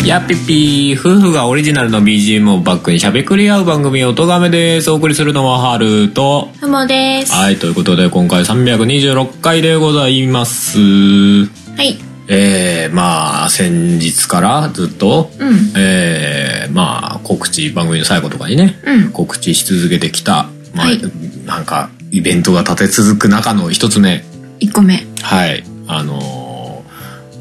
やっぴっぴー夫婦がオリジナルの BGM をバックにしゃべくり合う番組「おとがめ」ですお送りするのはハルとふもです。はいということで今回326回でございますはい。えー、まあ先日からずっと、うんえーまあ告知番組の最後とかにね、うん告知し続けてきた、まあはいなんかイベントが立て続く中の一つ目1個目。はいあのー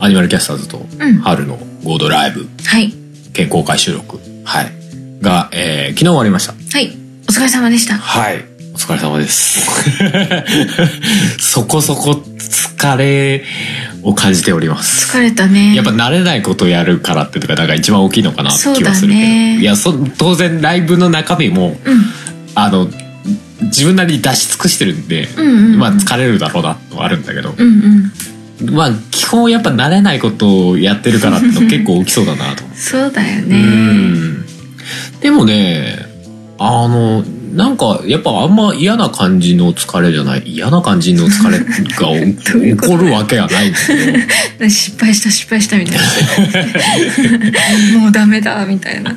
アニマルキャスターズとうん春の合同ライブはい。兼公開収録、はい、が、えー昨日終わりましたはい。お疲れ様でした。はいお疲れ 様です。そこそこ疲れを感じております疲れたね。やっぱ慣れないことやるからってとかなんか一番大きいのかなって気はするけど、そうだねいやそ当然ライブの中身もうあの自分なりに出し尽くしてるんで、ん。うんうんうん。まあ疲れるだろうなのはあるんだけど、うんうん。まあ基本やっぱ慣れないことをやってるからっての結構大きそうだなとそうだようね。んでもねあのなんかやっぱあんま嫌な感じの疲れじゃない嫌な感じの疲れ どういうがこ起ことるわけがないんだけど失敗した失敗したみたい な。もうダメだみたいな。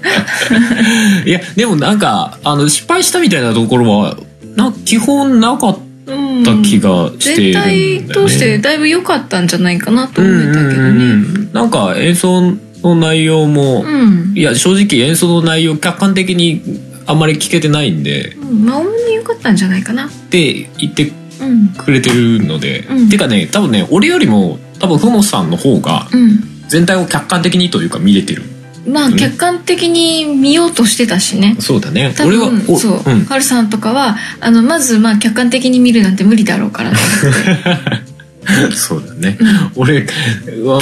いやでもなんかあの失敗したみたいなところはな基本なかっうん。た気がして全いるんだよね、体通してだいぶ良かったんじゃないかなとうん思うえんたけどうね。んうんなんか演奏の内容も、うん。いや正直演奏の内容客観的にあんまり聞けてないんでうんまあ、おおむね良かったんじゃないかな。って言ってうん。くれてるので、うんてかね多分ね俺よりも多分ふもさんの方がうん。全体を客観的にというか見れてるまあ、ね客観的に見ようとしてたしね。そうだね多俺は分おそう、ん ハルさんとかはあのまずまあ客観的に見るなんて無理だろうか らねそうだね。俺、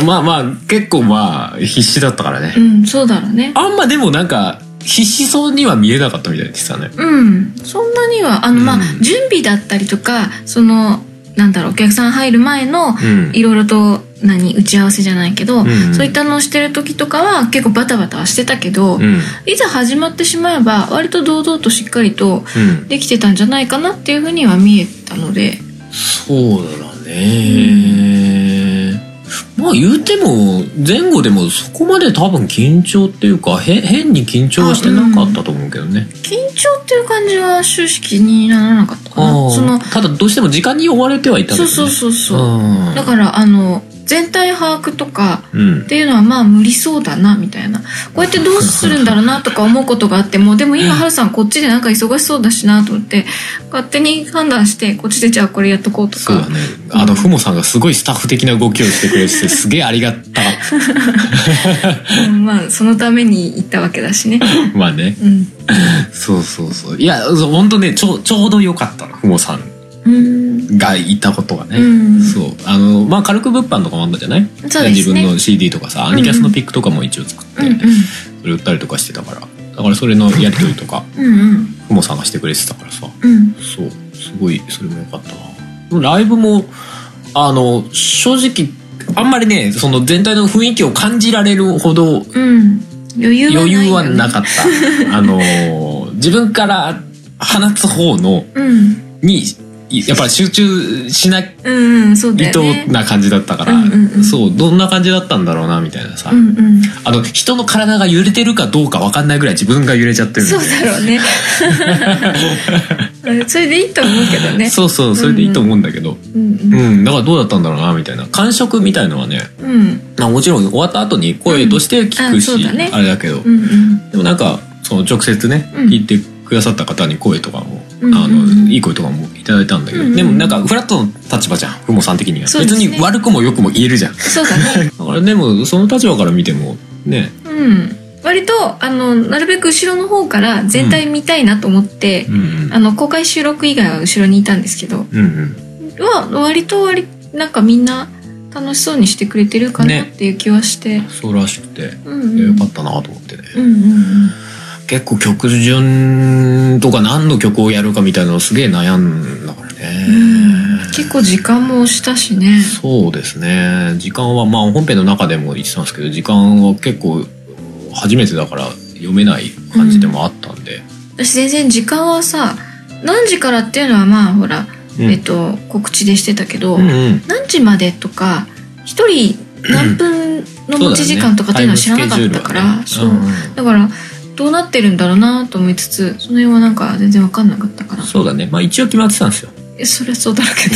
まあまあ、結構まあ、必死だったからねう。んそうだろうねあんまでもなんか、必死そうには見えなかったみたいでしたね。うんそんなにはあのまあ、うん準備だったりとかそのなんだろうお客さん入る前のうんいろいろと何打ち合わせじゃないけど、んそういったのをしてる時とかは結構バタバタはしてたけど、うん。いざ始まってしまえば割と堂々としっかりとうん。できてたんじゃないかなっていうふうには見えたのでそうだね。まあ言うても、前後でもそこまで多分緊張っていうか、へ変に緊張はしてなかったと思うけどね。緊張っていう感じは終始気にならなかったかあな。あそのただどうしても時間に追われてはいたけどそうねそうそうそう、うんだからあの全体把握とかうんっ。ていうのはまあ無理そうだなみたいなこうやってどうするんだろうなとか思うことがあってもでも今ハルさんこっちでなんか忙しそうだしなと思って勝手に判断してこっちでじゃあこれやっとこうとそうだかね。あの、ふもさんがすごいスタッフ的な動きをしてくれてて、すげえありがたかった。うんまあそのために行ったわけだしねまあ ね。うんそうそうそう。いや、そうほんとね、ちょ、ちょうど良かったの。ふもさんうんがいたことがね。うんそう。あの、まあ、軽く物販とかもあんだじゃないそうですね自分の CD とかさ、アニキャスのピックとかも一応作って、うんうんそれ売ったりとかしてたから。だからそれのやりとりとか、うんふもさんがしてくれてたからさ。うんうんそう。すごい、それも良かったな。ライブも、あの、正直、あんまりね、その全体の雰囲気を感じられるほどうん余裕はな余いよね裕はなか った。あのー自分から放つ方のうんに、いやっぱり集中しないうんうんそうだよとねな感じだったから、うんうんうんそう、どんな感じだったんだろうな、みたいなさ。うんうんあの、人の体が揺れてるかどうかわかんないぐらい自分が揺れちゃってるんで。そうだろ うねうんそれでいいと思うけどねそうそう、それでいいと思うんだけど。うんううんん、だからどうだったんだろうな、みたいな。感触みたいのはね、うんまあもちろん終わった後に声として聞くし、うんあそうだねあれだけどう、んでもなんかその直接ね、うん聞いてくださった方に声とかも、うんあうんうんのいい声とかもいただいたんだけど、うんうんでもなんかフラットの立場じゃんふもさん的には、そうで別すねに悪くも良くも言えるじゃんだそうだねからでもその立場から見てもね、うん割とあのなるべく後ろの方から全体見たいなと思ってう、んうん、あの公開収録以外は後ろにいたんですけどうんうんは割と割なんかみんな楽しそうにしてくれてるかなねっていう気はして、そうらしくて、うんうんいやよかったなと思ってね、うんうんうん結構曲順とか何の曲をやるかみたいなのすげえ悩んだからね、結構時間も押したしねそうですね時間はまあ本編の中でも言ってたんですけど時間は結構初めてだから読めない感じでもあったんで、私全然時間はさ何時からっていうのはまあほら、うんえっと告知でしてたけど、うんうん何時までとか一人何分のそうだね持ち時間とかっていうのは知らなかったからタイムスケジそューうルはねだからどうなってるんだろうなと思いつつその辺はなんか全然わかんなかったからうんそうだねまあ一応決まってたんですよえそりゃそうだろうけど、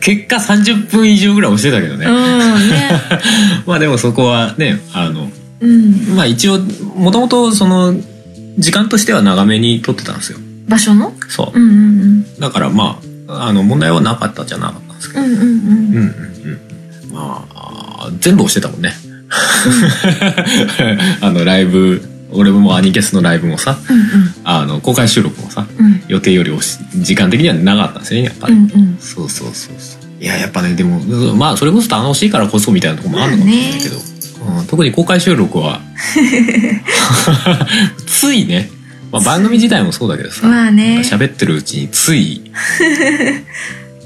結果30分以上ぐらい押してたけどね、うんね。まあでもそこはねあのうん。まあ一応もともとその時間としては長めに撮ってたんですよ場所のそううんうんうん。だからまああの問題はなかったじゃなかったんですけうど、んうんうん、ううん。んうんまあ全部押してたもんね あのライブ俺もアニキャスのライブもさうんあの公開収録もさうん。うん予定より押し時間的にはなかったんですよねやっぱうり、んうん。そうそうそうそういややっぱねでもまあそれこそ楽しいからこそみたいなとこもあるのかもしれないけど、うん、特に公開収録は ついね、まあ、番組自体もそうだけどさまあね。喋ってるうちについ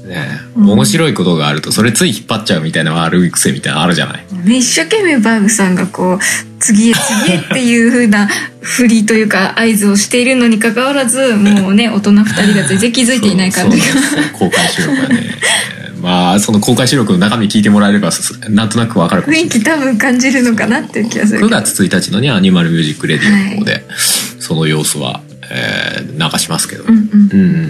ねえうん面白いことがあるとそれつい引っ張っちゃうみたいなある癖みたいなのあるじゃないね、一生懸命バーグさんがこう、次へ次へっていう風な振りというか合図をしているのに関わらず、もうね、 大人二人が全然気づいていない感じが。そうそうなんですよ公開収録はね まあその公開収録の中身聞いてもらえればすなんとなくわかるかも雰しれ囲ない気多分感じるのかなっていう気がするけ9ど。月1日のねアニマルミュージックレディオの方で、その様子は、えー流しますけど、うんうん。うんうん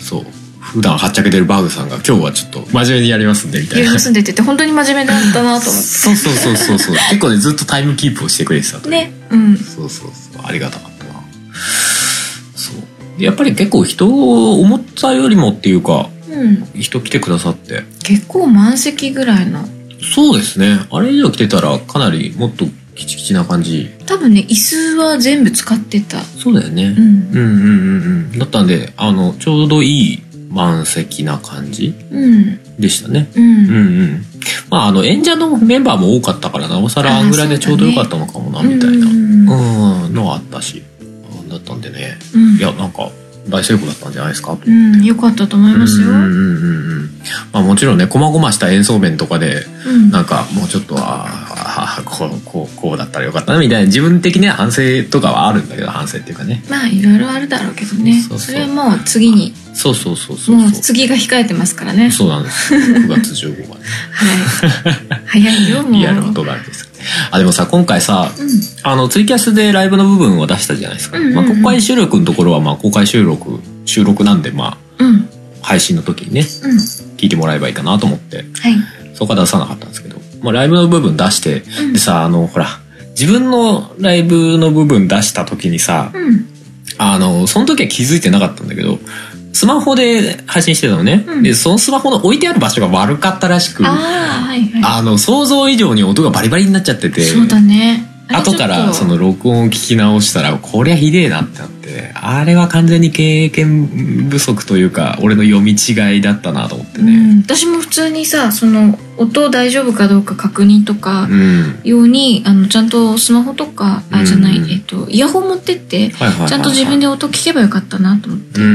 そう普段はっちゃけてるバーグさんが今日はちょっと真面目にやりますんでみたい家なに住んでてて本当に真面目だったなと思っそうそうそうそう そう結構ねずっとタイムキープをしてくれてたて。と、ね。うん。そうそうそうありがたかったなそうやっぱり結構人を思ったよりもっていうかうん。人来てくださって結構満席ぐらいの。そうですねあれ以上来てたらかなりもっとキチキチな感じ多分ね、椅子は全部使ってた。そうだよね、うんうんうんうんうんだったんであのちょうどいい満席な感じうん。でしたねううんん。うんまああの演者のメンバーも多かったからなおさらあんぐらいでちょうどよかったのかもなみたいなううんうんのはあったしうんだったんでねうんいやなんか大成功だったんじゃないですかとうん、よかったと思いますよ。ううんうんん。うんうんうんまあもちろんね細々した演奏面とかでなんかもうちょっとあーあーこうこうこうだったらよかったなみたいな自分的には反省とかはあるんだけど反省っていうかねまあ、いろいろあるだろうけどね。そうそうそれはもう次に、そうそうそうそうもうそう次が控えてますから ね。そうなんです。9月15日まはい。早いよ、もう。で。リアルことがあるんです。あ、でもさ、今回さ、うあの、ツイキャスでライブの部分を出したじゃないですか。うんうんうんまあ、公開収録のところは、まあ、公開収録、収録なんで、まん。うん。あ、配信の時にね、うん。聞いてもらえばいいかなと思って、はい。そこは出さなかったんですけど、まあ、ライブの部分出して、うんでさ、あの、ほら、自分のライブの部分出した時にさ、うん。あの、その時は気づいてなかったんだけど、スマホで配信してたのね。うんで、そのスマホの置いてある場所が悪かったらしく、ああ、はいはあの想像以上に音がバリバリになっちゃっててい。そうだね。あれち後ょっとからそ。の録音を聞き直したらこりゃひでえなってなってあれは完全に経験不足というか俺の読み違いだったなと思ってうねん。私も普通にさ、その、音大丈夫かどうか確認とかう、ん、ように、あの、ちゃんとスマホとか、あ、じゃない、うんえっと、イヤホン持ってって、はいはいはいはいちゃんと自分で音聞けばよかったなと思って。うー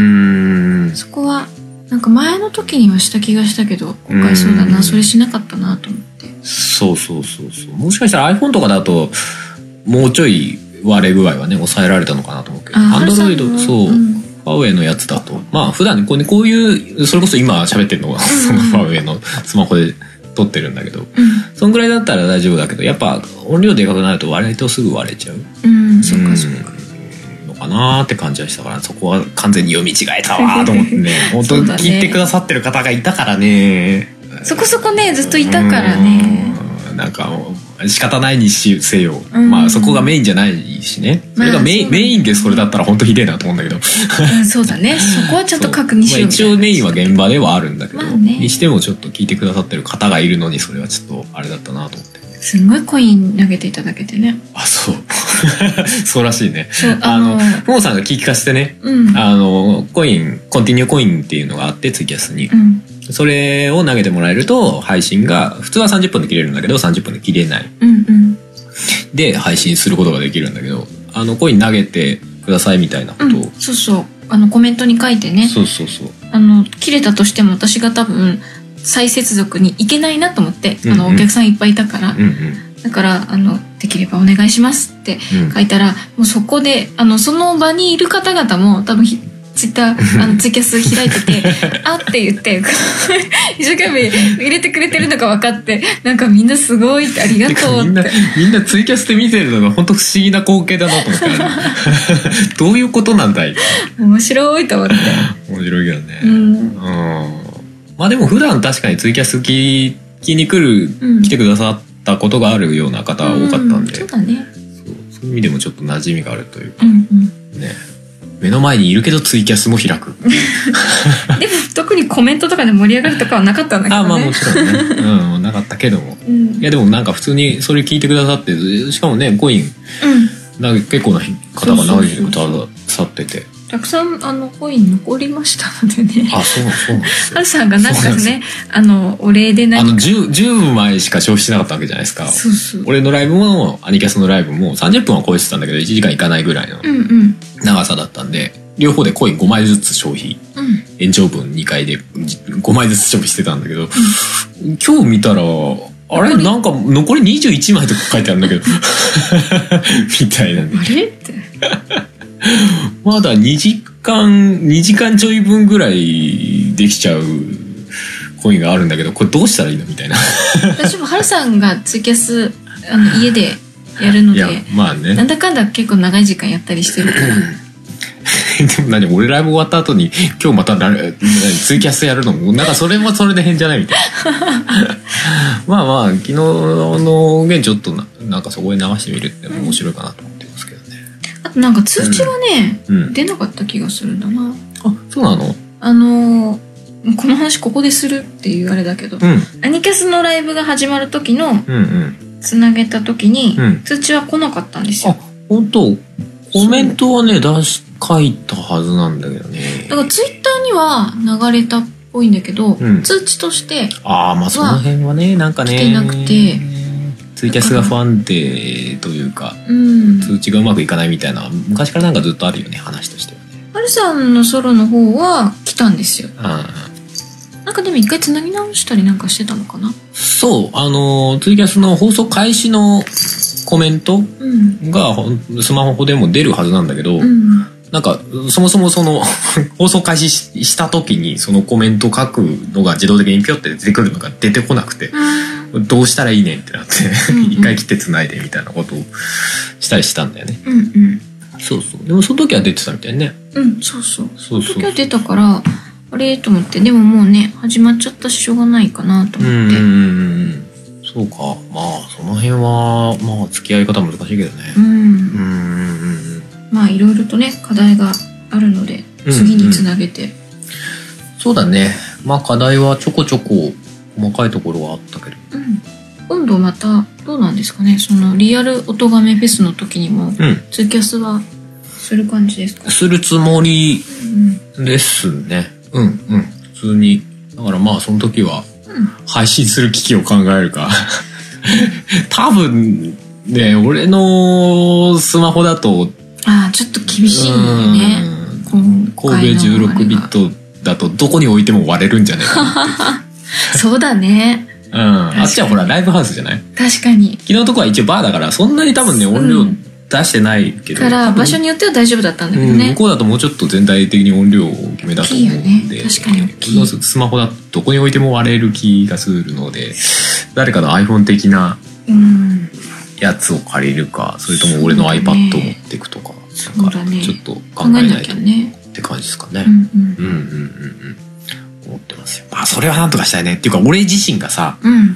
んそこはなんか前の時にはした気がしたけど今回そうだうなんそれしなかったなと思ってそうそうそうそうもしかしたら iPhone とかだともうちょい割れ具合はね抑えられたのかなと思うけどあ春さん Android のそう、んファーウェイのやつだと、まあ普段こう,、ね、こういう、それこそ今喋ってるのが、そのファーウェイのスマホで撮ってるんだけど、そんぐらいだったら大丈夫だけど、やっぱ音量でかくなると割とすぐ割れちゃう。うん、うん、そっかそっかうんのかなーって感じはしたから、そこは完全に読み違えたわーと思って ね、本当そうにだね聞いてくださってる方がいたからね。そこそこねずっといたからねうん。なんかもう仕方ないにせよ、うんまあそこがメインじゃないしね。それがメイン,、まあそうだねメインでそれだったら本当ひでえなと思うんだけど。うんそうだねそこはちゃんと確認しようそうまあ一応メインは現場ではあるんだけど、まあねにしてもちょっと聞いてくださってる方がいるのにそれはちょっとあれだったなと思ってすんごいコイン投げていただけてねあそうそうらしいねそうああののももさんが聞きかしてねうんあのコインコンティニューコインっていうのがあってツイキャスにうんそれを投げてもらえると配信が普通は30分で切れるんだけど30分で切れないうんうんで配信することができるんだけどあのコイン投げてくださいみたいなことうを、ん、そうそうあのコメントに書いてねそうそうそうあの切れたとしても私が多分再接続に行けないなと思って、あのうんうおん客さんいっぱいいたから、うんうんだからあのできればお願いしますってうん書いたらもうそこであのその場にいる方々も多分ひツイッター あのツイキャス開いてて「あ」って言ってこ う一生懸命入れてくれてるのが分かってなんかみんなすごいってありがてかとみうんっなて。みんなツイキャスで見てるのが本当不思議な光景だなと思ってあれ どういうことなんだい面白いと思って。面白いけどね、うん。うんまあでも普段確かにツイキャス聞きに来る、うん来てくださったことがあるような方多かったんうで、そそううだね。そういう意味でもちょっと馴染みがあるというかうんうん。ね目の前にいるけどツイキャスも開くでも特にコメントとかで盛り上がるとかはなかったんだけあどあね。まあもちろんね、うん、なかったけどもうん。うんい。やでもなんか普通にそれ聞いてくださってしかもねコインな結構な方が投げてくださっててたくさんあのコイン残りましたのでね。あそうそうなんですよハルさんがなんそうかなんですね、あの、お礼であの何か。 10, 10枚しか消費してなかったわけじゃないですかそうそう。俺のライブもアニキャスのライブも30分は超えてたんだけど1時間いかないぐらいのうんうん。長さだったんで両方でコイン5枚ずつ消費うん。延長分2回で5枚ずつ消費してたんだけど今日見たらあれ残りなんか残り21枚とか書いてあるんだけど みたいなねあれって。まだ2時間2時間ちょい分ぐらいできちゃうコインがあるんだけどこれどうしたらいいのみたいな私もハルさんがツイキャス、あの、家でやるのいでや、まあなねんだかんだ結構長い時間やったりしてるから。でも 何俺ライブ終わった後に今日またラ何ツイキャスやるのもなんかそれもそれで変じゃない みたいなまあまあ昨日の音源ちょっとななんかそこで流してみるって面白いかなと思ってますけどねあとなんか通知がね、うん出なかった気がするんだな。あそうなのあのーこの話ここでするっていうあれだけど、うんアニキャスのライブが始まる時のうんうんつなげた時に、うん通知は来なかったんですあよ本当コメントはね出し書いたはずなんだけどねだからツイッターには流れたっぽいんだけど、うん通知としてああまあその辺はねなんかね来てなくてツイキャスが不安定というかうん通知がうまくいかないみたいな昔からなんかずっとあるよね話としてはねハルさんのソロの方は来たんですようんなんかでも一回つなぎ直したりなんかしてたのかなそうあのツイキャスの放送開始のコメントうんがほんスマホでも出るはずなんだけど、うんなんかそもそもその 放送開始しした時にそのコメント書くのが自動的にピョって出てくるのが出てこなくてあーどうしたらいいねんってなってうんう ん一回切って繋いでみたいなことをしたりしたんだよねうんうんそうそうでもその時は出てたみたいねうんそうそうそうそう時は出たからあれと思ってでももうね始まっちゃったししょうがないかなとうんう思んっうて、んうんそうかまあその辺はまあ付き合い方難しいけどねうんうんうんうんうんまあいろいろとね課題があるのでうん次につなげて、そうだねまあ課題はちょこちょこ細かいところはあったけどうん今度またどうなんですかねそのリアル音がめフェスの時にもうんツイキャスはする感じですか、するつもりうんですねうんうん普通にだからまあその時はうん配信する機器を考えるか 多分ね俺のスマホだとああちょっと厳しいんだよねうん神今回戸のあれが16ビットだとどこに置いても割れるんじゃねえかなそうだねうんあっちはほらライブハウスじゃない確かに昨日のとこは一応バーだからそんなに多分ねうん音量出してないけど、から多分場所によっては大丈夫だったんだけどうんね向、こうだともうちょっと全体的に音量を決めだと思うんで大きいよね確かに大きいそうそうスマホだとどこに置いても割れる気がするので誰かの iPhone 的なうん、やつを借りるかそれとも俺のそう iPad だをね持っていくとか,、そうだねちょっと考考ええなないきとゃっねて感じですかねう。んうんうんうんうんうん思ってますよ。まあそれはなんとかしたいねっていうか俺自身がさうん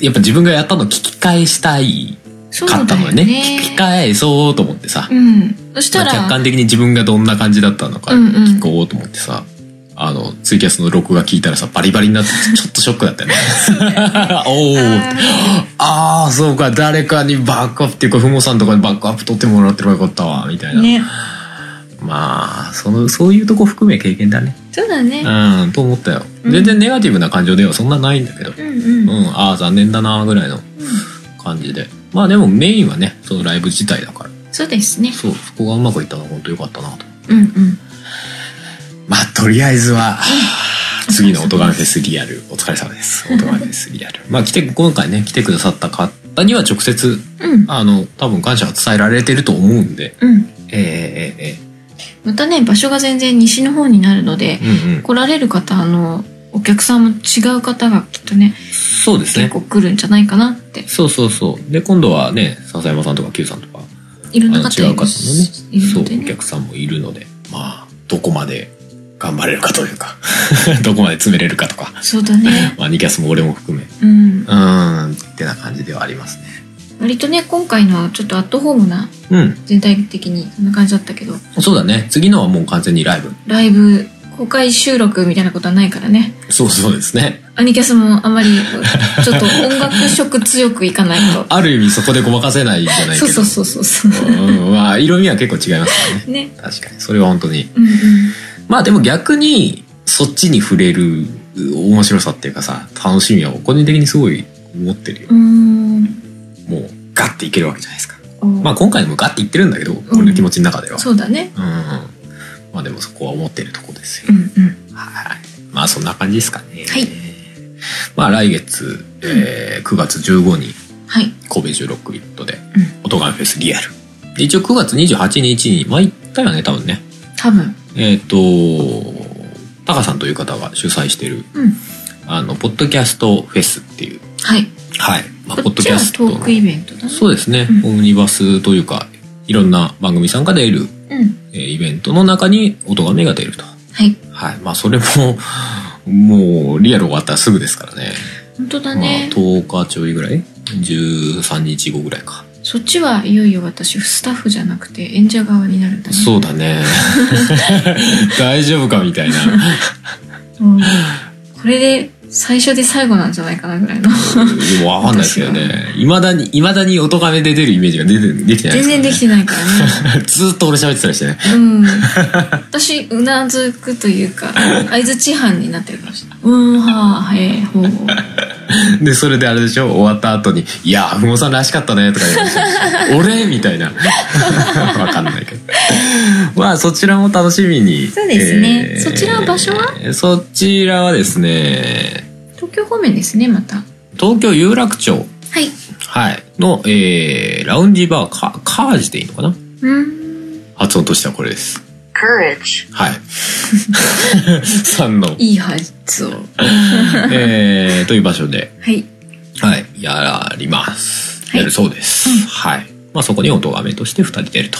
やっぱ自分がやったの聞き返したいそうだかよったのよね聞きね返そうと思ってさ、うんそしたら、客観的に自分がどんな感じだったのかうんうん聞こうと思ってさ、あのツイキャスの録画聞いたらさバリバリになってちょっとショックだった よねおおああそうか誰かにバックアップっていうかふもさんとかにバックアップ取ってもらってればよかったわみたいな、ねまあそのそういうとこ含め経験だねそうだねうんと思ったようん全然ネガティブな感情ではそんなないんだけど、うんうんうん、ああ残念だなぐらいの感じでまあでもメインはねそのライブ自体だからそうですねそうそこがうまくいったのは本当良かったなとうんうんまあとりあえずは次の「オトガメフェスリアル」お疲れ様です「オトガメフェスリ アル」まあ来て今回ね来てくださった方には直接うんあの多分感謝は伝えられてると思うんでうんえええまたね場所が全然西の方になるのでえええうんうん来られる方あのお客さんも違う方がきっとねそうです結ね構来るんじゃないかなってそうそうそうで今度はね笹山さんとか Q さんとかいろんあなの方違う方もねいるそうのおでね客さんもいるのでまあどこまで頑張れるかというか どこまで詰めれるかとか、そうだね まあ、ニキャスも俺も含めううんーんってな感じではありますね割とね今回のはちょっとアットホームなうん全体的にそんな感じだったけどそうだね次のはもう完全にライブライブ公開収録みたいなことはないからねそうそうですねアニキャスもあまり ちょっと音楽色強くいかないとある意味そこでごまかせないじゃないけそうどそうそうそうそううんまあ色味は結構違いますからねね確かにそれは本当にうんうんまあでも逆にそっちに触れる面白さっていうかさ楽しみは個人的にすごい持ってるようーもんうガッていけるわけじゃないですかおまあ今回もガッて言ってるんだけど、俺の気持ちの中では。そうだねうんうん。まあでもそこは思ってるとこですうよ。んうんはい。まあそんな感じですかね。はい。まあ来月、えー9月15日、はい神戸16ビットで、うんオトガンフェスリアル。で一応9月28日に、まあ言ったよね、多分ね。多分えっ、と、タカさんという方が主催している、うんあの、ポッドキャストフェスっていう。はいはい。まあ、こポっッドちキはャストト。ークイベントだねそうですね、うんオムニバスというか、いろんな番組さんが出るうんえーイベントの中に音が目が出ると。はいはい。まあ、それも、 もう、リアル終わったらすぐですからね。本当だまあね、、 10日ちょいぐらい ?13 日後ぐらいか。そっちはいよいよ私スタッフじゃなくて演者側になるんだねそうだね。 大丈夫かみたいな。うん これで最初で最後なんじゃないかなぐらい のでもわかんないですけどね。いまだに、いまだに音が目で出るイメージが出て、できてないですから、全然ね。できてないからね てずーっと俺喋ってたりしてね。うん、私うなずくという か相づち班になってるかもしれないうんはあへえほうで、それであれでしょ終わった後に、いやー、ふもさんらしかったね、とか言われて 俺みたいな。 わかんないけど。まあ、そちらも楽しみに。そうですねそちらは場所はそちらはですね、東京方面ですねまたは東京有楽町、いはい、の、えー、ラウンジバー、カカージでいいのかなうん発音としてはこれです。 Courage はい。さんの、いい発音えー、という場所で、はいはい、やります。はいやるそうです。うんはい。まあ、そこに音がめとして二人出ると。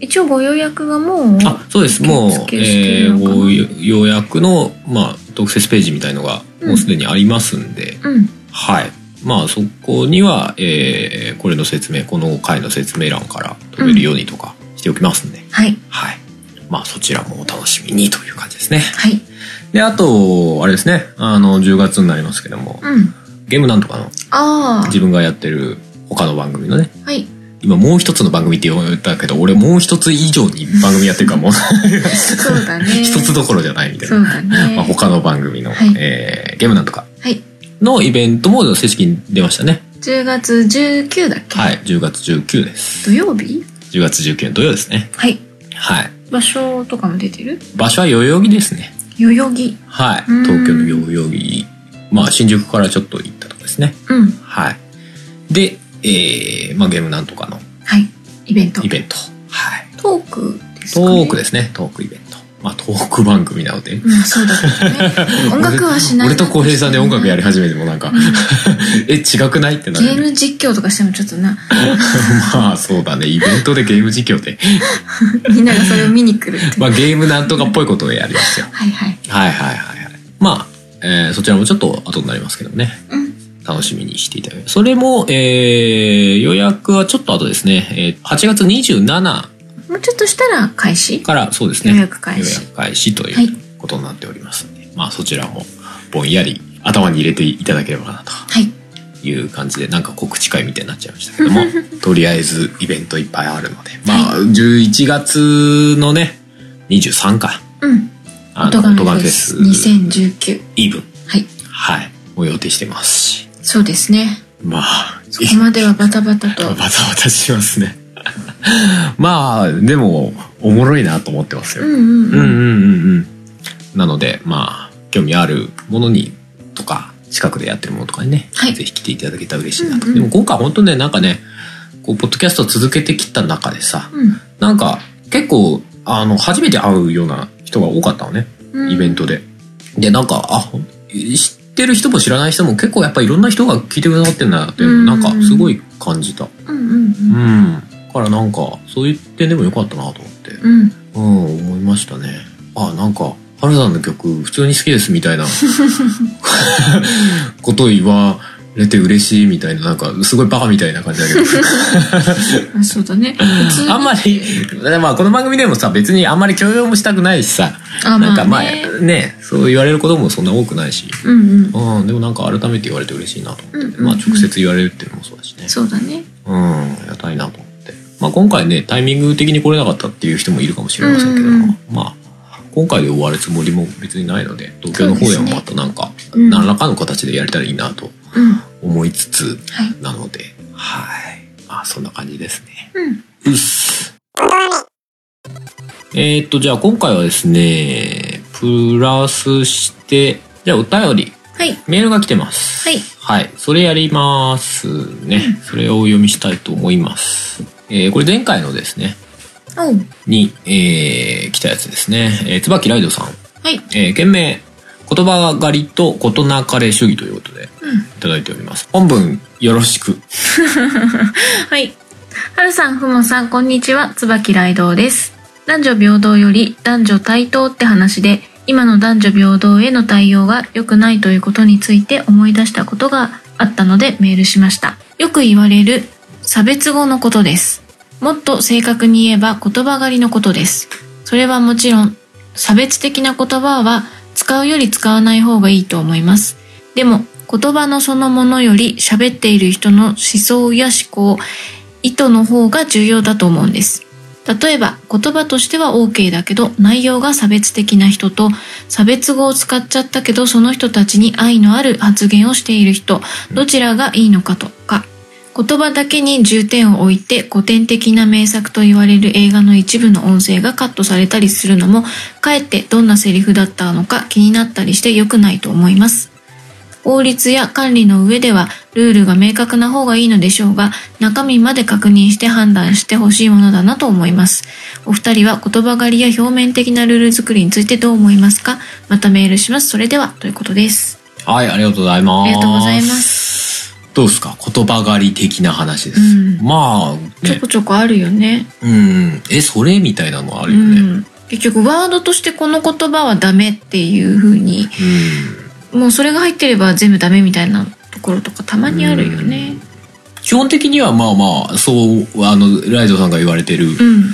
一応ご予約がもうあそうですもう受、付してえるのー、かなご予約の、まあ、特設ページみたいのがうんもうすでにありますんで、うんはいまあそこには、えーこれの説明この回の説明欄から飛べるようにとかしておきますんで、はいはいまあそちらもお楽しみにという感じですねはいであとあれですねあの10月になりますけどもうんゲームなんとかのあ自分がやってる他の番組のねあはい今もう一つの番組って言ったけど俺もう一つ以上に番組やってる からもうそう だね一つどころじゃないみたいなそうだ ねまあ、他の番組の、はいえーゲームなんとかはいのイベントも正式に出ましたね。 10月19だっけ、はい、10月19です。土曜日10月19土曜ですね。はいはい。場所とかも出てる場所は代々木ですね。代々木はい。うん東京の代々木。まあ、新宿からちょっと行ったとこですね。うんはい。で、えー、まあ、ゲームなんとかのはいイベントイベント。はい。トークですトか、ね、ークですね。トークイベント。まあ、トーク番組なので。うん、そうだったね 音楽はしない俺と浩平さんで音楽やり始めてもなんか、 え、違くないってなるゲ。ーム実況とかしてもちょっとな まあ、そうだね。イベントでゲーム実況で。 みんながそれを見に来るっていう、まあ、ゲームなんとかっぽいことをやりますよ。はいはいはいはいはいはい。まあ、えーそちらもちょっと後になりますけどね。うん楽しみにしていただいて。それも、えー予約はちょっと後ですね。えー8月27もうちょっとしたら開始から、そうですね。予約開始予約開始とはいいうことになっておりますので、まあそちらもぼんやり頭に入れていただければなとはいいう感じで、なんか告知会みたいになっちゃいましたけ ども、とりあえずイベントいっぱいあるので、まあ11月のね、23か。うんあ音の、トガン楽フフェェスス2019イーブン。はいはい。を予定してますし。そうですねまあ、そ こまではバタバタとバタバタしますね。 まあ、でも、おもろいなと思ってますうよ。んうんうんうんうんうんうん。なので、まあ、興味あるものに、とか、近くでやってるものとかにね、はいぜひ来ていただけたら嬉しいなと。うんうんでも今回本当ね、なんかね、こう、ポッドキャストを続けてきた中でさ、うなんか、結構、あの、初めて会うような人が多かったのね、んうんイベントで。で、なんか、あ、知ってる人も知らない人も結構やっぱいろんな人が聞いてくださってんだなっていうのを、うんなんかすごい感じた。うんうんうん。だからなんか、そういう点でもよかったなと思って。うんうんうん、思いましたね。あ、なんか、春さんの曲、普通に好きですみたいな ことを言われて嬉しいみたいな、なんか、すごいバカみたいな感じだけ あそうだね普通にど、あんまり、まあ、この番組でもさ、別にあんまり強要もしたくないしさ、あなんかままああ、ねね、そう言われることもそんな多くないし、うんうんうん、でもなんか改めて言われて嬉しいなと思って、うんうんうんまあ、直接言われるっていうのもそうだしね。そうだねうん、やたいなと思って。まあ今回ね、タイミング的に来れなかったっていう人もいるかもしれませんけど、うんうんうんまあ、今回で終わるつもりも別にないので、東京の方でそうですもねまたなんか、うん何らかの形でやれたらいいなとうんは思いつつ、いなので、はい。まあそんな感じですね。うんうっす。えーっと、じゃあ今回はですね、プラスして、じゃあお便り、はいメールが来てます。はいはい、それやりますね。それをお読みしたいと思います。えーこれ前回のですね、おうに、えー来たやつですね。えー、椿ライドさん。はいえー、件名、言葉狩りと事なかれ主義ということで、いうんただいております。本文、よろしく。はい。はるさん、ふもさん、こんにちは。椿ライドウです。男女平等より男女対等って話で、今の男女平等への対応が良くないということについて思い出したことがあったのでメールしました。よく言われる差別語のことです。もっと正確に言えば言葉狩りのことです。それはもちろん、差別的な言葉は使うより使わない方がいいと思います。でも、言葉のそのものより喋っている人の思想や思考、意図の方が重要だと思うんです。例えば、言葉としては OK だけど、内容が差別的な人と、差別語を使っちゃったけど、その人たちに愛のある発言をしている人、どちらがいいのかとか、言葉だけに重点を置いて古典的な名作と言われる映画の一部の音声がカットされたりするのも、かえってどんなセリフだったのか気になったりして良くないと思います。法律や管理の上ではルールが明確な方がいいのでしょうが中身まで確認して判断してほしいものだなと思いますお二人は言葉狩りや表面的なルール作りについてどう思いますかまたメールしますそれではということですはい、ありがとうございます。。ありがとうございますどうですか言葉狩り的な話です。うんまあ、ちょねこ、ちょこあるよねうん、え、それみたいなのあうるよね。うんん結局ワードとしてこの言葉はダメっていう風にもうそれが入ってれば全部ダメみたいなところとかたまにあるよね基本的にはまあまあ、そう、あの、ライドさんが言われてるうん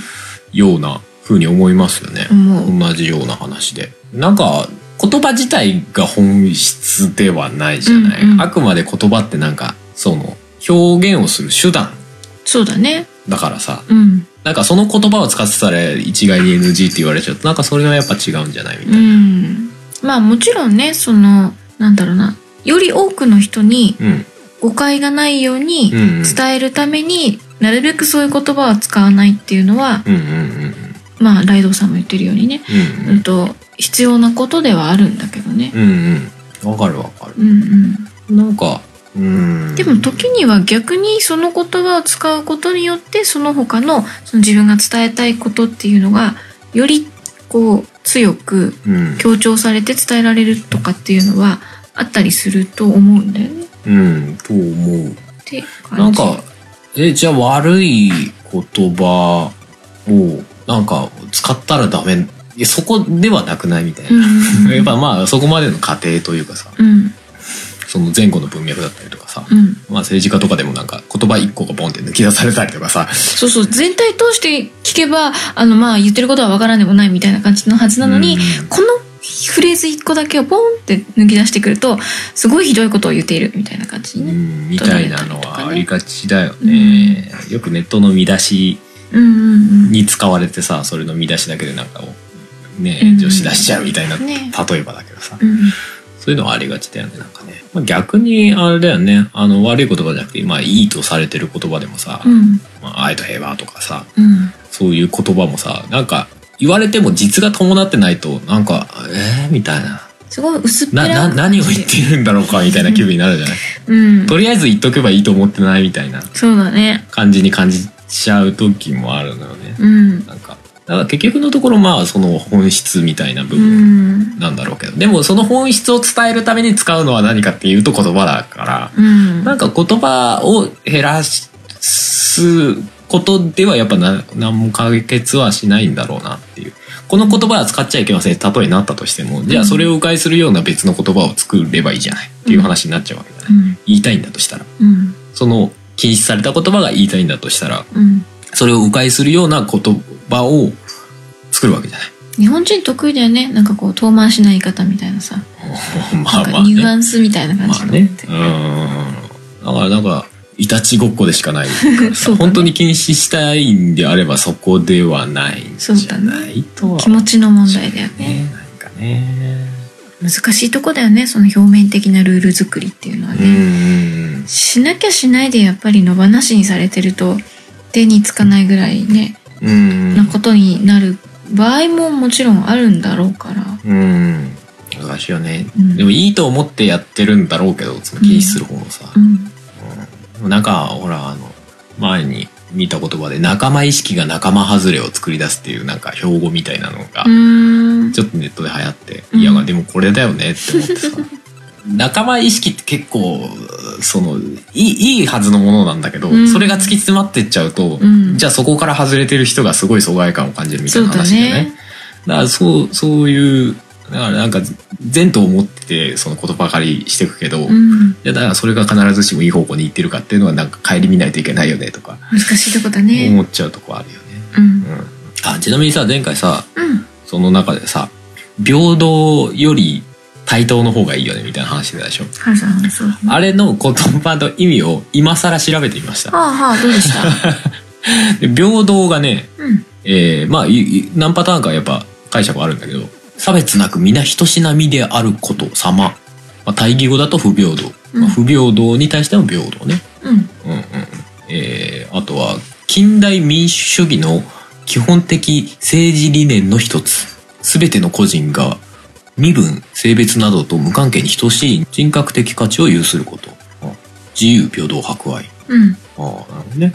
ような風に思いますよね。思う同じような話で。なんか、言葉自体が本質ではないじゃない。うんうんあくまで言葉ってなんか、その、表現をする手段そうだねだからさ、うんなんかその言葉を使ってたら一概に NG って言われちゃうと、なんかそれはやっぱ違うんじゃないみたいな。うん、まあもちろんねそのなんだろうなより多くの人にうん。誤解がないようにうんうん。伝えるために、なるべくそういう言葉は使わないっていうのはうんうんうんまあライドウさんも言ってるようにね、うん。ううんんと、必要なことではあるんだけどね。うんうん。わかるわかる。うんうんなんか、うん。でも時には逆にその言葉を使うことによってその他のその自分が伝えたいことっていうのがよりこう強くうん、強調されて伝えられるとかっていうのはあったりすると思うんだよね。っうん、と思う。てな感んじか、え、じゃあ悪い言葉を、なんか、使ったらダメ。いや、そこではなくないみたいうな。んやっぱまあ、そこまでの過程というかさ、うんその前後の文脈だったりとかさ、うん、まあ政治家とかでもなんか言葉一個がボンって抜き出されたりとかさ、そうそう全体通して聞けばあのまあ言ってることはわからんでもないみたいな感じのはずなのに、うんこのフレーズ一個だけをポンって抜き出してくるとすごいひどいことを言っているみたいな感じうにね。ん、みたいなのはありがちだようね。よくネットの見出しうんうんに使われてさ、それの見出しだけでなんかを、ねう、ん女子出しちゃうみたいな、ね例えばだけどさ。うんそういうのはありがちだよね、なんかね。まあ、逆に、あれだよね、あの、悪い言葉じゃなくて、まあ、いいとされてる言葉でもさ、うんまあ、愛と平和とかさ、うんそういう言葉もさ、なんか、言われても実が伴ってないと、なんか、えー、みたいな。すごい薄っぺな、らな、何を言ってるんだろうか、みたいな気分になるじゃない。うんとりあえず言っとけばいいと思ってないみたいなそうだね感じに感じちゃう時もあるのよね。うんなんか、だから結局のところ、まあ、その本質みたいな部う分んなんだろうけど、でもその本質を伝えるために使うのは何かっていうと言葉だから、うんなんか言葉を減らすことではやっぱな何も解決はしないんだろうなっていう。この言葉は使っちゃいけません。例えになったとしても、じゃあそれを迂回するような別の言葉を作ればいいじゃないっていう話になっちゃうわけじゃない。うん言いたいんだとしたら。うんその禁止された言葉が言いたいんだとしたら、うんそれを迂回するような言葉を作るわけじゃない。 日本人得意だよねなんかこう遠回しな言い方みたいなさまなあんまかあ、ニね。ュアンスみたいな感まじあのね。うん。だからなんか、いたちごっこでしかないからさ そうだね本当に禁止したいんであればそこではないんじゃないとは、気持ちの問題だよねね。なんかね。難しいとこだよねその表面的なルール作りっていうのはうね、ん。しなきゃしないでやっぱり野放しにされてると手につかないぐらいね、うん。なことになる場合ももちろんあるんだろうからうん。難しいよね。うんでもいいと思ってやってるんだろうけど、その禁止する方もさ。うんうんなんか、ほら、あの、前に見た言葉で仲間意識が仲間外れを作り出すっていうなんか標語みたいなのがう、ーんちょっとネットで流行って、うんいや、まあでもこれだよねって思ってさ。 仲間意識って結構、その、いい、いいはずのものなんだけど、うんそれが突き詰まってっちゃうと、うんじゃあそこから外れてる人がすごい疎外感を感じるみたいそうなだ話だよねね。だからそう、そういう、だからなんか、善と思ってて、そのことばかりしていくけど、ういんやだからそれが必ずしもいい方向に行ってるかっていうのはなんか顧みないといけないよねとか難しいとこだね思っちゃうとこあるよね。うんうん、あちなみにさ前回さうんその中でさ平等より対等の方がいいよねみたいな話してたでしょはるさんそうだねあれの言葉の意味を今更調べてみましたはあはあどうでした で平等がね、うんえーまあいい何パターンかやっぱ解釈はあるんだけど差別なく皆等しなみであること様、まあ、対義語だと不平等、まあうん不平等に対しての平等ねうんうんうんうんえーあとは近代民主主義の基本的政治理念の一つ全ての個人が身分性別などと無関係に等しい人格的価値を有することあ自由平等博愛うんああなるほどね、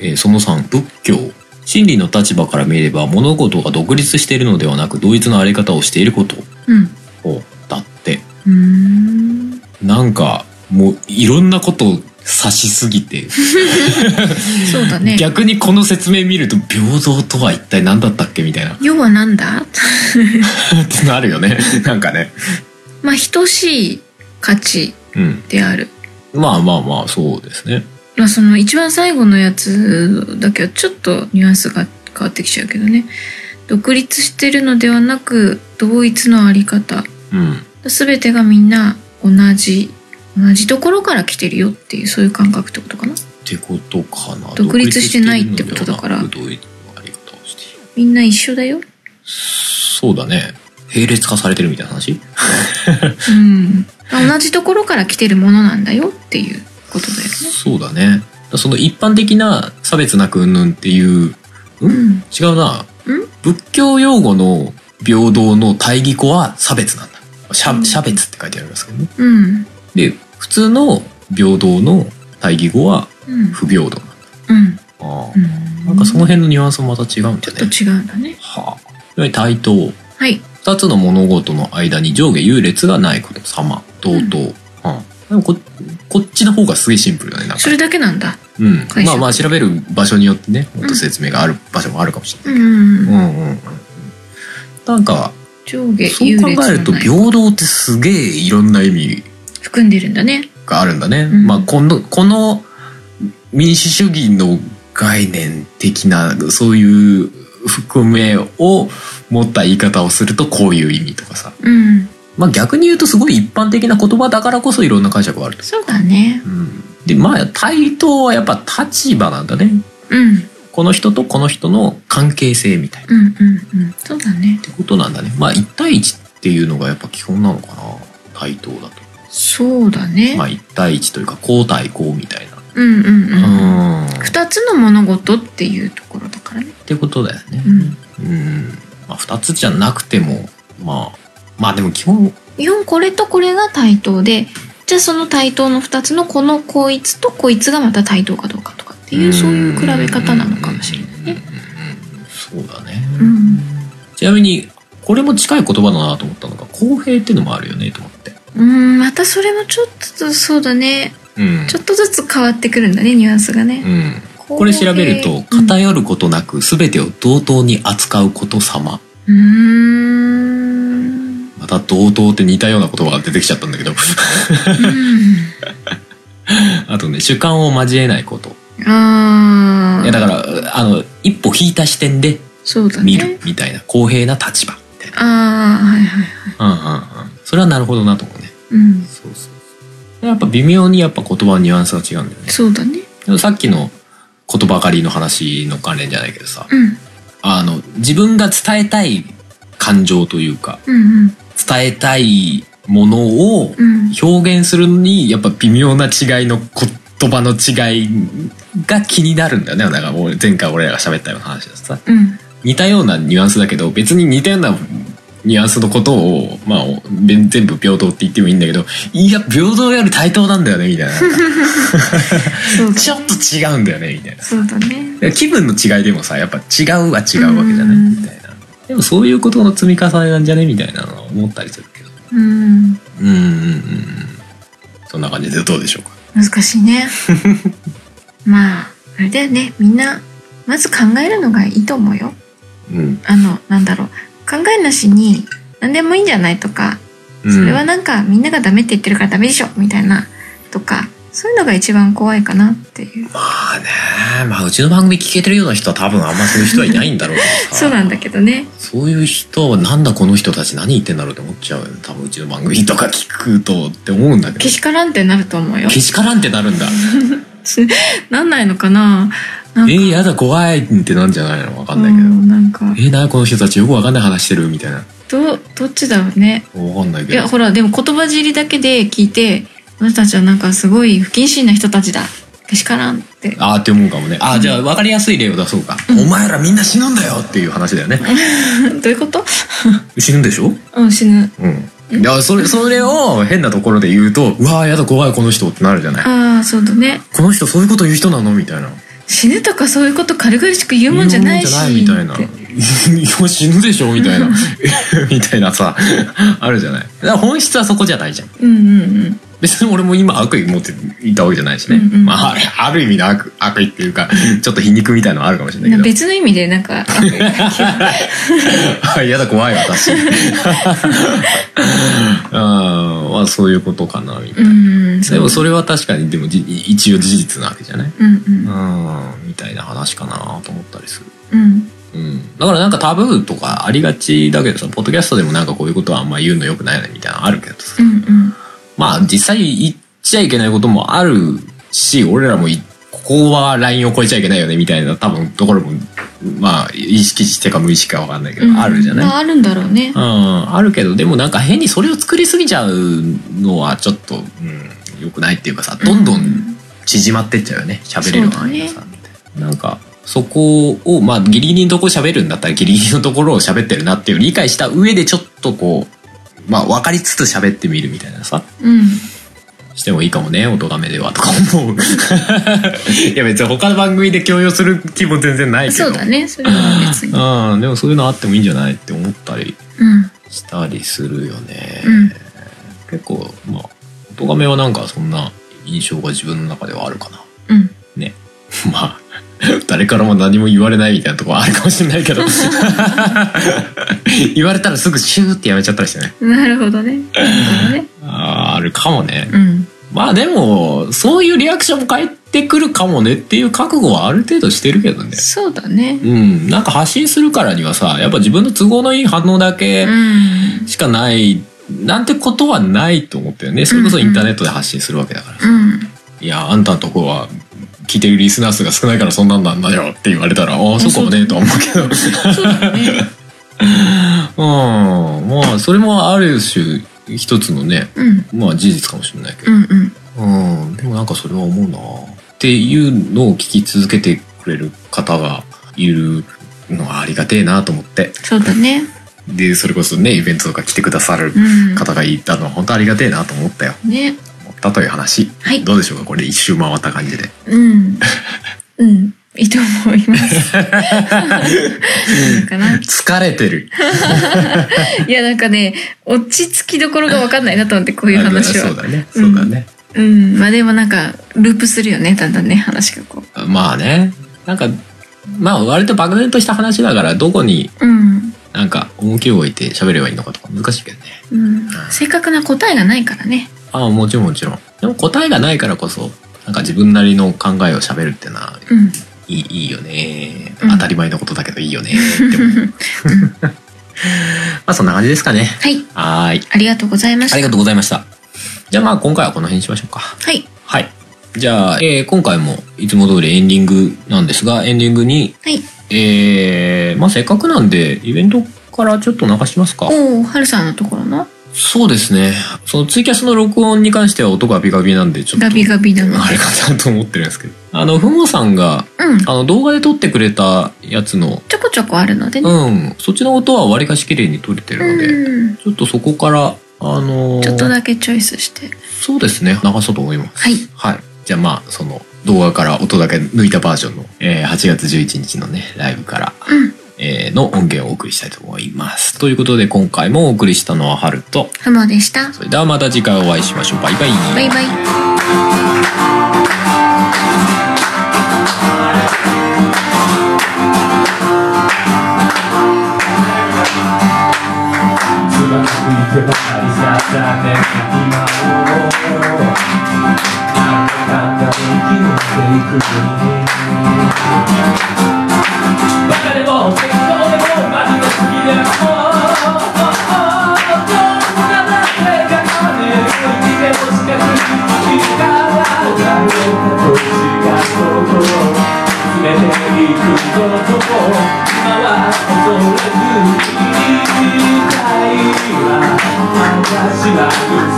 えーその3仏教真理の立場から見れば物事が独立しているのではなく同一のあり方をしていることうんおだってうーんなんかもういろんなことを指しすぎてそうだね逆にこの説明見ると平等とは一体何だったっけみたいな要はなんだ ってのあるよね なんかねまあ等しい価値うんであるまあまあまあそうですねまあその一番最後のやつだけはちょっとニュアンスが変わってきちゃうけどね独立してるのではなく同一のあり方うん全てがみんな同じ同じところから来てるよっていうそういう感覚ってことかなってことかな独立してないってことだから独立してるのではなく同一のあり方をしているみんな一緒だよそうだね並列化されてるみたいな話うん同じところから来てるものなんだよっていうことだよねそうだねその一般的な差別なくうんぬんっていうううんん違うなうん仏教用語の平等の対義語は差別なんだしゃ差別って書いてありますけどねうんで普通の平等の対義語はうん不平等なんだうんあうあんなんかその辺のニュアンスもまた違うんちだょっとね違うんだねはあつまり対等はい二つの物事の間に上下優劣がないこと様同等、うんでもここっちの方がすげえシンプルだねなんかそれだけなんだうん解釈まあまあ調べる場所によってねもっと説明がある場所もあるかもしうれない、うんんうんうん、なんか上下そう優劣考えるとのない平等ってすげえいろんな意味含んでるんだねがあるんだね。んまあこのこの民主主義の概念的なそういう含めを持った言い方をするとこういう意味とかさ。うん、まあ逆に言うとすごい一般的な言葉だからこそいろんな解釈があると。そうだね。うん、でまあ対等はやっぱ立場なんだね。うん、この人とこの人の関係性みたいなっうん、うん、うん、そうだね。てことなんだね。まあ一対一っていうのがやっぱ基本なのかな。対等だと。そうだね、まあ、1対1というか、交対交みたいな。うんうんううんん。っ二つの物事っていうところだからねてことだよねう。んうん。まあ、2つじゃなくても、まあ、まあでも基本、基本これとこれが対等でじゃあその対等の二つのこのこいつとこいつがまた対等かどうかとかっていうそういう比べ方なのかもしれないね。うんうんうんうんそうだね。うんちなみに、これも近い言葉だなと思ったのが、公平っていうのもあるよね、と思って。うんまたそれもちょっとそうだねうん。ちょっとずつ変わってくるんだねニュアンスがね。うん。これ調べると、偏ることなく全てを同等に扱うこと様。うんうんまた同等って似たような言葉が出てきちゃったんだけど。あとね、主観を交えないこと。うんあいやあだから、あの、一歩引いた視点でそうだね。見るみたいな、公平な立場みたいな。ああはいはい。うんうんうん。それはなるほどなと思うね。うんそうそうそう。やっぱ微妙にやっぱ言葉のニュアンスが違うんだよね。そうだね。でもさっきの言葉狩りの話の関連じゃないけどさ、うんあの、自分が伝えたい感情というか、うん伝えたいものをうんうん表現するのに、やっぱ微妙な違いの言葉の違いが気になるんだよね。なんか俺前回俺らが喋ったような話だしさ。うん似たようなニュアンスだけど、別に似たようなニュアンスのことを、まあ、べ全部平等って言ってもいいんだけど、いや、平等より対等なんだよね、みたいな。そうちょっだねと違うんだよね、みたいな。そうだね。で気分の違いでもさやっぱ違うは違うわけじゃないうんみたいなでもそういうことの積み重ねなんじゃねみたいなのは思ったりするけどうんうんうんうんうんそんな感じでどうでしょうか難しいね まああれだよねみんなまず考えるのがいいと思うようんあのなんだろう考えなしに何でもいいんじゃないとかうんそれはなんかみんながダメって言ってるからダメでしょみたいなとかそういうのが一番怖いかなっていうまあねまあうちの番組聞けてるような人は多分あんまそういう人はいないんだろうけどさ そうなんだけどねそういう人はなんだこの人たち何言ってんだろうって思っちゃうよね多分うちの番組とか聞くとって思うんだけどけしからんってなると思うよけしからんってなるんだ なんないのかななんえかー、やだ怖いってなんじゃないのわかんないけどうんなんかえー、なこの人たちよくわかんない話してるみたいなどどっちだろうねわかんないいけどやほらでも言葉尻だけで聞いてこの人たちはなんかすごい不謹慎な人たちだけしからんってあーって思うかもねあーじゃあ分かりやすい例を出そうか、お前らみんな死ぬんだよっていう話だよね どういうこと死ぬんでしょうん死ぬうんいやそれそれを変なところで言うと「うわーやだ怖いこの人」ってなるじゃないああそうだねこの人そういうこと言う人なのみたいな死ぬとかそういうこと軽々しく言うもんじゃないし言うもんじゃないみたいってないや死ぬでしょみたいなみたいなさあるじゃないだから本質はそこじゃないじゃんうんうんうん別に俺も今悪意持っていたわけじゃないしね、うんうんまあ、あるある意味の悪悪意っていうかちょっと皮肉みたいのはあるかもしれないけなんどか別の意味でなん かあやだ怖い私あーまあそういうことかなみたういな、んでもうそれは確かにでもじ一応事実なわけじゃないうんううんんみたいな話かなと思ったりするうんうん、だからなんかタブーとかありがちだけどさポッドキャストでもなんかこういうことはあんま言うのよくないよねみたいなのあるけどさうんうんまあ実際言っちゃいけないこともあるし俺らもいここはラインを超えちゃいけないよねみたいな多分ところもまあ意識してか無意識かわかんないけど、あるじゃないまああるんだろうねうん、あるけどでもなんか変にそれを作りすぎちゃうのはちょっと、うん、よくないっていうかさどんどん縮まってっちゃうよね喋れる範囲がさ、なんかそこをまあギリギリのとこ喋るんだったらギリギリのところを喋ってるなっていう理解した上でちょっとこうまあ分かりつつ喋ってみるみたいなさうんしてもいいかもね音がめではとか思ういや別に他の番組で強要する気も全然ないけどそうだねそれは別にうんでもそういうのあってもいいんじゃないって思ったりうんしたりするよね、うん結構まあ音がめはなんかそんな印象が自分の中ではあるかなうんね まあ誰からも何も言われないみたいなとこはあるかもしれないけど 言われたらすぐシューってやめちゃったりしてねなるほどねなるほどねあーあるかもね、うんまあでもそういうリアクションも返ってくるかもねっていう覚悟はある程度してるけどねそうだねうんなんか発信するからにはさやっぱ自分の都合のいい反応だけ、うんしかないなんてことはないと思ったよねそれこそインターネットで発信するわけだから、うんいやあんたのとこは聞いてるリスナー数が少ないからそんなんなんだよって言われたらああそうかもねとは思うけどうんそうだね。まあそれもある種一つのねうんまあ事実かもしれないけうど、んうんうんでもなんかそれは思うなっていうのを聞き続けてくれる方がいるのはありがてえなと思ってそうだねでそれこそねイベントとか来てくださるうん方がいたのは本当ありがてえなと思ったよね思ったという話、はいどうでしょうかこれ一周回った感じでうんうんいいと思います いいのかな疲れてるいやなんかね落ち着きどころが分かんないなと思ってこういう話あそうはだねそうだね、うんまあでもなんかループするよねだんだんね話がこまあねなんかまあ割と漠然とした話だからどこにううんなんか重きを置いて喋ればいいのかとか難しいけどねうん正確な答えがないからねああもちろんもちろんでも答えがないからこそなんか自分なりの考えを喋るっていうのはうんいいいいよね、うん当たり前のことだけどいいよねって思う まあそんな感じですかねはいはーいありがとうございましありたがとうございましたじゃあまあ今回はこの辺にしましょうかはいはいじゃあ、えー今回もいつも通りエンディングなんですがエンディングにはいえー、まあせっかくなんでイベントからちょっと流しますかおおはるさんのところのそうですねそのツイキャスの録音に関しては音がビガビなんでちょっとガビガビだのあれかなと思ってるんですけどあのふもさんがうんあの動画で撮ってくれたやつのちょこちょこあるのでねうんそっちの音はわりかし綺麗に撮れてるので、うんちょっとそこからあのーちょっとだけチョイスしてそうですね流そうと思いますはいはいじゃあまあその動画から音だけ抜いたバージョンの、えー8月11日のねライブからうんえーの音源をお送りしたいと思います。ということで今回もお送りしたのはハルと、ふもでしたそれではまた次回お会いしましょう。バイバイ。バイバイつまずいてばかりじゃダメな今をなんだかんだ生き抜いていくバカでも適当でもマジで好きでもどんなだってが金を生きてほしかったいつからお金と違うことを詰めていくことを今は恐れずに未来は私は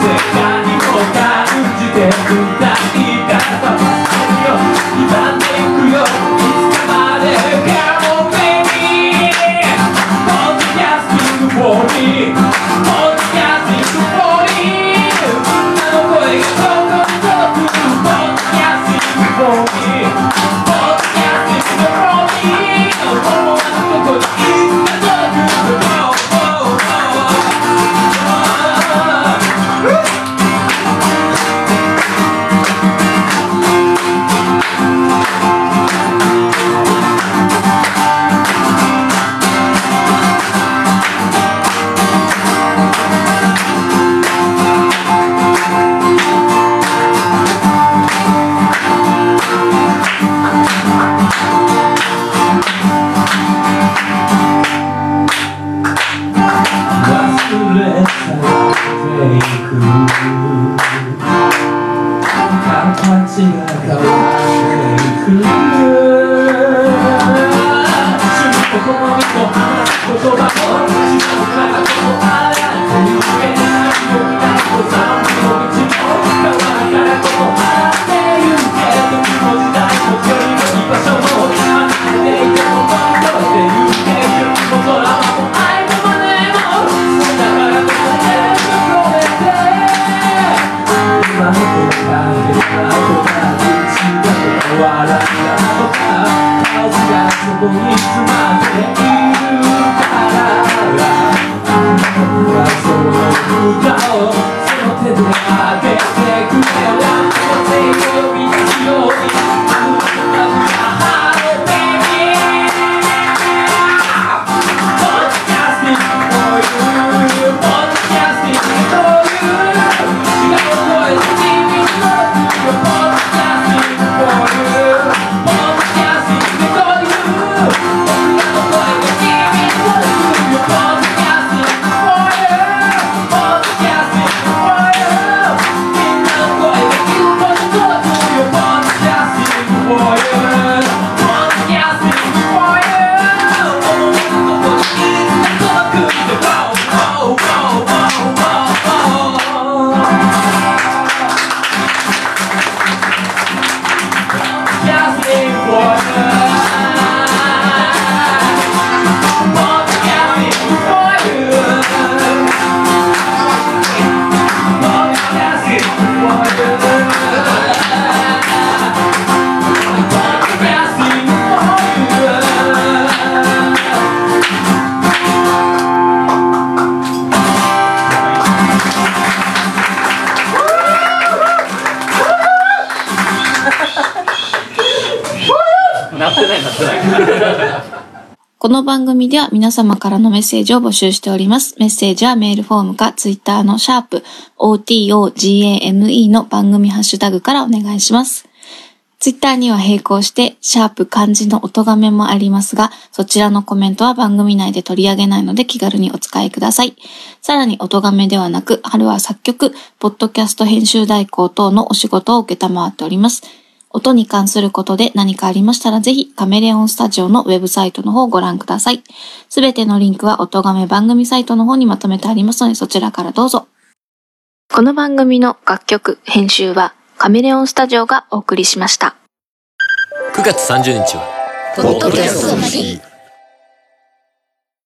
世界を感じてるんだいいから飛ばせよ歪んでいくよいつかまで Come on baby Podcasting for me Podcasting for me あの声がどんどん届く Podcasting for me é Oh,「忘れ去っていく」「忘れ去っていく」「形が変わっていく」「趣味も好みも話す言葉も」「自分からもあらずに受けないようなお散歩の道も」「川からこもあってゆけど」「気持ちだも距離も居場所も」「離れていても戻ってゆけ」「心も愛も胸も」「だからこそ全部込めて」「生まれてきたんでたとか口が変わらないとか」「数がそこに詰まっている」この番組では皆様からのメッセージを募集しております。メッセージはメールフォームかツイッターのシャープ otogame の番組ハッシュタグからお願いします。ツイッターには並行して、シャープ漢字の音めもありますが、そちらのコメントは番組内で取り上げないので気軽にお使いください。さらに音めではなく、春は作曲、ポッドキャスト編集代行等のお仕事を受けたまわっております。音に関することで何かありましたらぜひカメレオンスタジオのウェブサイトの方をご覧ください。すべてのリンクは音め番組サイトの方にまとめてありますのでそちらからどうぞ。この番組の楽曲、編集はカメレオンスタジオがお送りしました。 9月30日はポッドキャストの日